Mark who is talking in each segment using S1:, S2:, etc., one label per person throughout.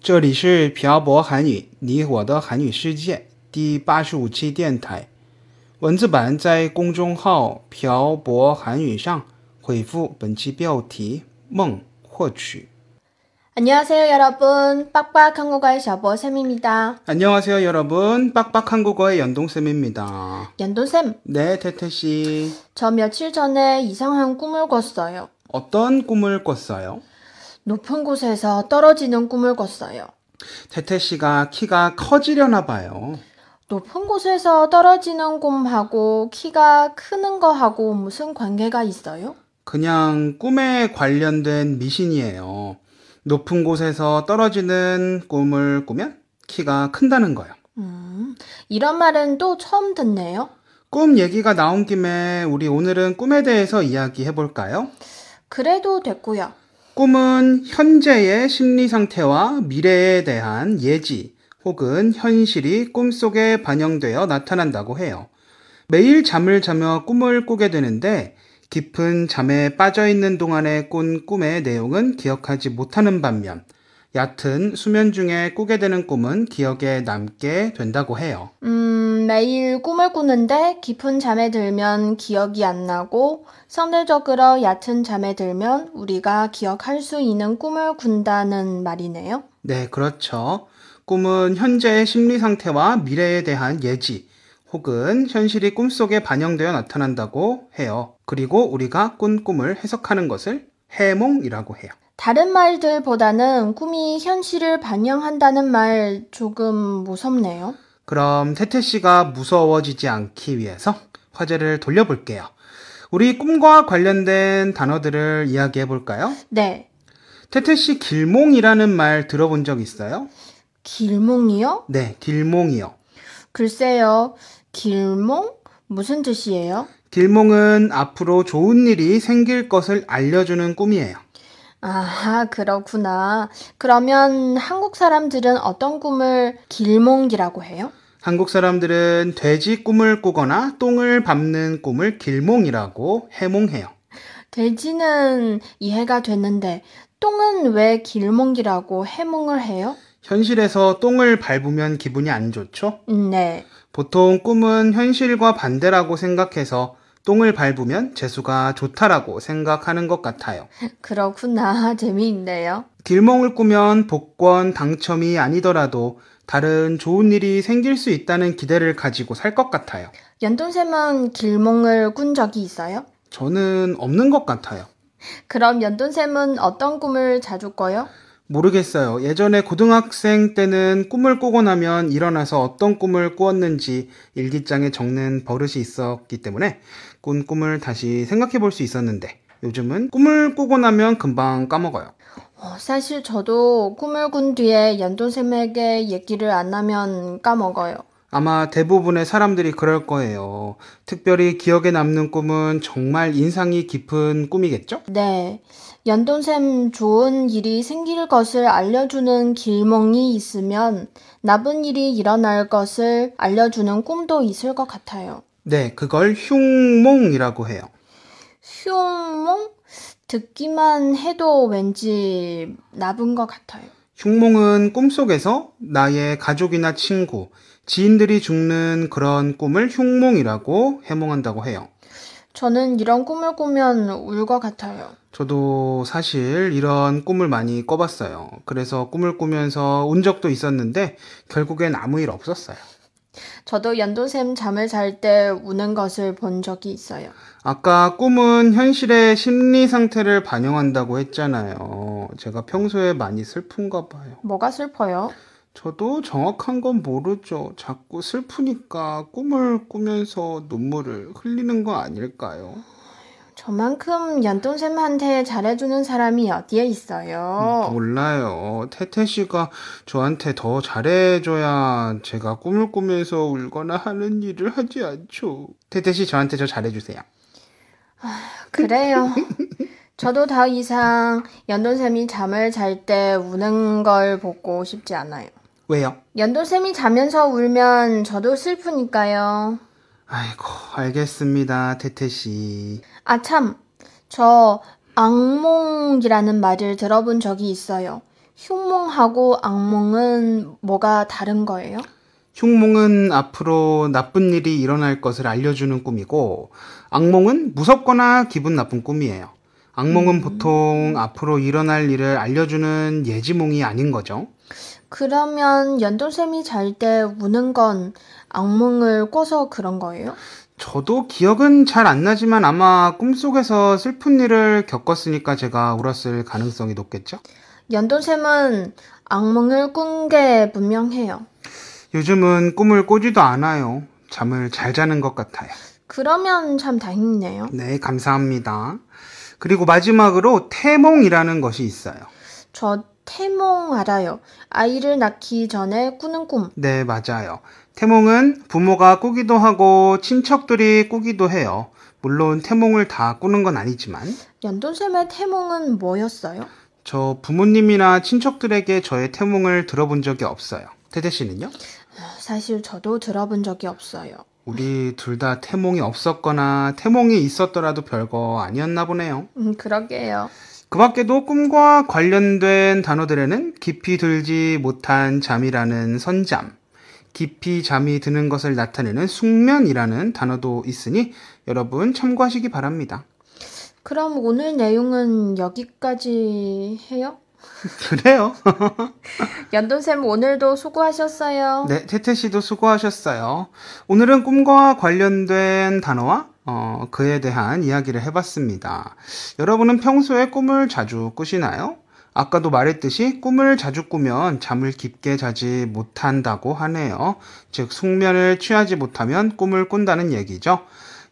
S1: 这里是朴博韩语，你我的韩语世界第八十五期电台，文字版在公众号“朴博韩语”上回复本期标题“梦”获取。
S2: 안녕하세요 여러분, 빡빡한 국어의 샤보 쌤입니다.
S1: 안녕하세요 여러분, 빡빡한국어의 연동쌤입니다.
S2: 연돈 쌤,
S1: 네, 태태씨.
S2: 저 며칠 전에 이상한 꿈을 꿨어요.
S1: 어떤 꿈을 꿨어요?
S2: 높은 곳에서 떨어지는 꿈을 꿨어요.
S1: 태태씨가 키가 커지려나 봐요.
S2: 높은 곳에서 떨어지는 꿈하고 키가 크는 거하고 무슨 관계가 있어요?
S1: 그냥 꿈에 관련된 미신이에요. 높은 곳에서 떨어지는 꿈을 꾸면 키가 큰다는 거예요.
S2: 음, 이런 말은 또 처음 듣네요.
S1: 꿈 얘기가 나온 김에 우리 오늘은 꿈에 대해서 이야기해 볼까요?
S2: 그래도 됐고요.
S1: 꿈은 현재의 심리 상태와 미래에 대한 예지 혹은 현실이 꿈속에 반영되어 나타난다고 해요. 매일 잠을 자며 꿈을 꾸게 되는데 깊은 잠에 빠져 있는 동안에 꾼 꿈의 내용은 기억하지 못하는 반면 얕은 수면 중에 꾸게 되는 꿈은 기억에 남게 된다고 해요.
S2: 음, 매일 꿈을 꾸는데 깊은 잠에 들면 기억이 안 나고 상대적으로 얕은 잠에 들면 우리가 기억할 수 있는 꿈을 꾼다는 말이네요.
S1: 네, 그렇죠. 꿈은 현재의 심리 상태와 미래에 대한 예지 혹은 현실이 꿈속에 반영되어 나타난다고 해요. 그리고 우리가 꾼 꿈을 해석하는 것을 해몽이라고 해요.
S2: 다른 말들보다는 꿈이 현실을 반영한다는 말 조금 무섭네요.
S1: 그럼 태태 씨가 무서워지지 않기 위해서 화제를 돌려볼게요. 우리 꿈과 관련된 단어들을 이야기해 볼까요?
S2: 네.
S1: 태태 씨 길몽이라는 말 들어본 적 있어요?
S2: 길몽이요?
S1: 네, 길몽이요.
S2: 글쎄요. 길몽? 무슨 뜻이에요?
S1: 길몽은 앞으로 좋은 일이 생길 것을 알려주는 꿈이에요.
S2: 아, 그렇구나. 그러면 한국 사람들은 어떤 꿈을 길몽이라고 해요?
S1: 한국 사람들은 돼지 꿈을 꾸거나 똥을 밟는 꿈을 길몽이라고 해몽해요.
S2: 돼지는 이해가 됐는데, 똥은 왜 길몽이라고 해몽을 해요?
S1: 현실에서 똥을 밟으면 기분이 안 좋죠?
S2: 음, 네.
S1: 보통 꿈은 현실과 반대라고 생각해서 똥을 밟으면 재수가 좋다라고 생각하는 것 같아요.
S2: 그렇구나. 재미있네요.
S1: 길몽을 꾸면 복권 당첨이 아니더라도 다른 좋은 일이 생길 수 있다는 기대를 가지고 살 것 같아요.
S2: 연돈쌤은 길몽을 꾼 적이 있어요?
S1: 저는 없는 것 같아요.
S2: 그럼 연돈쌤은 어떤 꿈을 자주 꿔요?
S1: 모르겠어요. 예전에 고등학생 때는 꿈을 꾸고 나면 일어나서 어떤 꿈을 꾸었는지 일기장에 적는 버릇이 있었기 때문에 꾼 꿈을 다시 생각해 볼 수 있었는데 요즘은 꿈을 꾸고 나면 금방 까먹어요.
S2: 어, 사실 저도 꿈을 꾼 뒤에 연돈쌤에게 얘기를 안 하면 까먹어요.
S1: 아마 대부분의 사람들이 그럴 거예요. 특별히 기억에 남는 꿈은 정말 인상이 깊은 꿈이겠죠?
S2: 네. 연돈샘 좋은 일이 생길 것을 알려주는 길몽이 있으면 나쁜 일이 일어날 것을 알려주는 꿈도 있을 것 같아요.
S1: 네, 그걸 흉몽이라고 해요.
S2: 흉몽? 듣기만 해도 왠지 나쁜 것 같아요.
S1: 흉몽은 꿈속에서 나의 가족이나 친구, 지인들이 죽는 그런 꿈을 흉몽이라고 해몽한다고 해요.
S2: 저는 이런 꿈을 꾸면 울 것 같아요.
S1: 저도 사실 이런 꿈을 많이 꿔봤어요. 그래서 꿈을 꾸면서 운 적도 있었는데 결국엔 아무 일 없었어요.
S2: 저도 연돈샘 잠을 잘 때 우는 것을 본 적이 있어요.
S1: 아까 꿈은 현실의 심리 상태를 반영한다고 했잖아요. 제가 평소에 많이 슬픈가 봐요.
S2: 뭐가 슬퍼요?
S1: 저도 정확한 건 모르죠. 자꾸 슬프니까 꿈을 꾸면서 눈물을 흘리는 거 아닐까요?
S2: 저만큼 연돈쌤한테 잘해주는 사람이 어디에
S1: 음.
S2: 있어요?
S1: 몰라요. 태태 씨가 저한테 더 잘해줘야 제가 꿈을 꾸면서 울거나 하는 일을 하지 않죠. 태태 씨 저한테 저 잘해주세요.
S2: 그래요. 저도 더 이상 연돈쌤이 잠을 잘 때 우는 걸 보고 싶지 않아요.
S1: 왜요?
S2: 연돈쌤이 자면서 울면 저도 슬프니까요.
S1: 아이고, 알겠습니다. 태태 씨.
S2: 아, 참. 저 악몽이라는 말을 들어본 적이 있어요. 흉몽하고 악몽은 뭐가 다른 거예요?
S1: 흉몽은 앞으로 나쁜 일이 일어날 것을 알려주는 꿈이고, 악몽은 무섭거나 기분 나쁜 꿈이에요. 악몽은 보통 앞으로 일어날 일을 알려주는 예지몽이 아닌 거죠.
S2: 그러면 연돈쌤이 잘 때 우는 건 악몽을 꿔서 그런 거예요?
S1: 저도 기억은 잘 안 나지만 아마 꿈속에서 슬픈 일을 겪었으니까 제가 울었을 가능성이 높겠죠?
S2: 연돈쌤은 악몽을 꾼 게 분명해요.
S1: 요즘은 꿈을 꾸지도 않아요. 잠을 잘 자는 것 같아요.
S2: 그러면 참 다행이네요.
S1: 네, 감사합니다. 그리고 마지막으로 태몽이라는 것이 있어요.
S2: 저 태몽 알아요. 아이를 낳기 전에 꾸는 꿈.
S1: 네, 맞아요. 태몽은 부모가 꾸기도 하고 친척들이 꾸기도 해요. 물론 태몽을 다 꾸는 건 아니지만
S2: 연돈쌤의 태몽은 뭐였어요?
S1: 저 부모님이나 친척들에게 저의 태몽을 들어본 적이 없어요. 태태 씨는요?
S2: 사실 저도 들어본 적이 없어요.
S1: 우리 둘 다 태몽이 없었거나 태몽이 있었더라도 별거 아니었나 보네요.
S2: 음, 그러게요.
S1: 그 밖에도 꿈과 관련된 단어들에는 깊이 들지 못한 잠이라는 선잠, 깊이 잠이 드는 것을 나타내는 숙면이라는 단어도 있으니 여러분 참고하시기 바랍니다.
S2: 그럼 오늘 내용은 여기까지 해요?
S1: 그래요.
S2: 연돈쌤 오늘도 수고하셨어요.
S1: 네, 태태 씨도 수고하셨어요. 오늘은 꿈과 관련된 단어와 어, 그에 대한 이야기를 해봤습니다. 여러분은 평소에 꿈을 자주 꾸시나요? 아까도 말했듯이 꿈을 자주 꾸면 잠을 깊게 자지 못한다고 하네요. 즉, 숙면을 취하지 못하면 꿈을 꾼다는 얘기죠.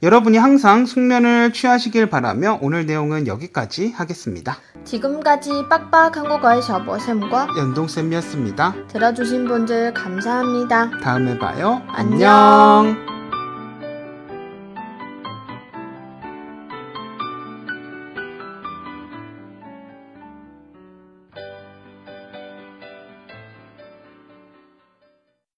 S1: 여러분이 항상 숙면을 취하시길 바라며 오늘 내용은 여기까지 하겠습니다.
S2: 지금까지 빡빡 한국어의 셔버쌤과
S1: 연동쌤이었습니다.
S2: 들어주신 분들 감사합니다.
S1: 다음에 봐요.
S2: 안녕.
S1: 안녕.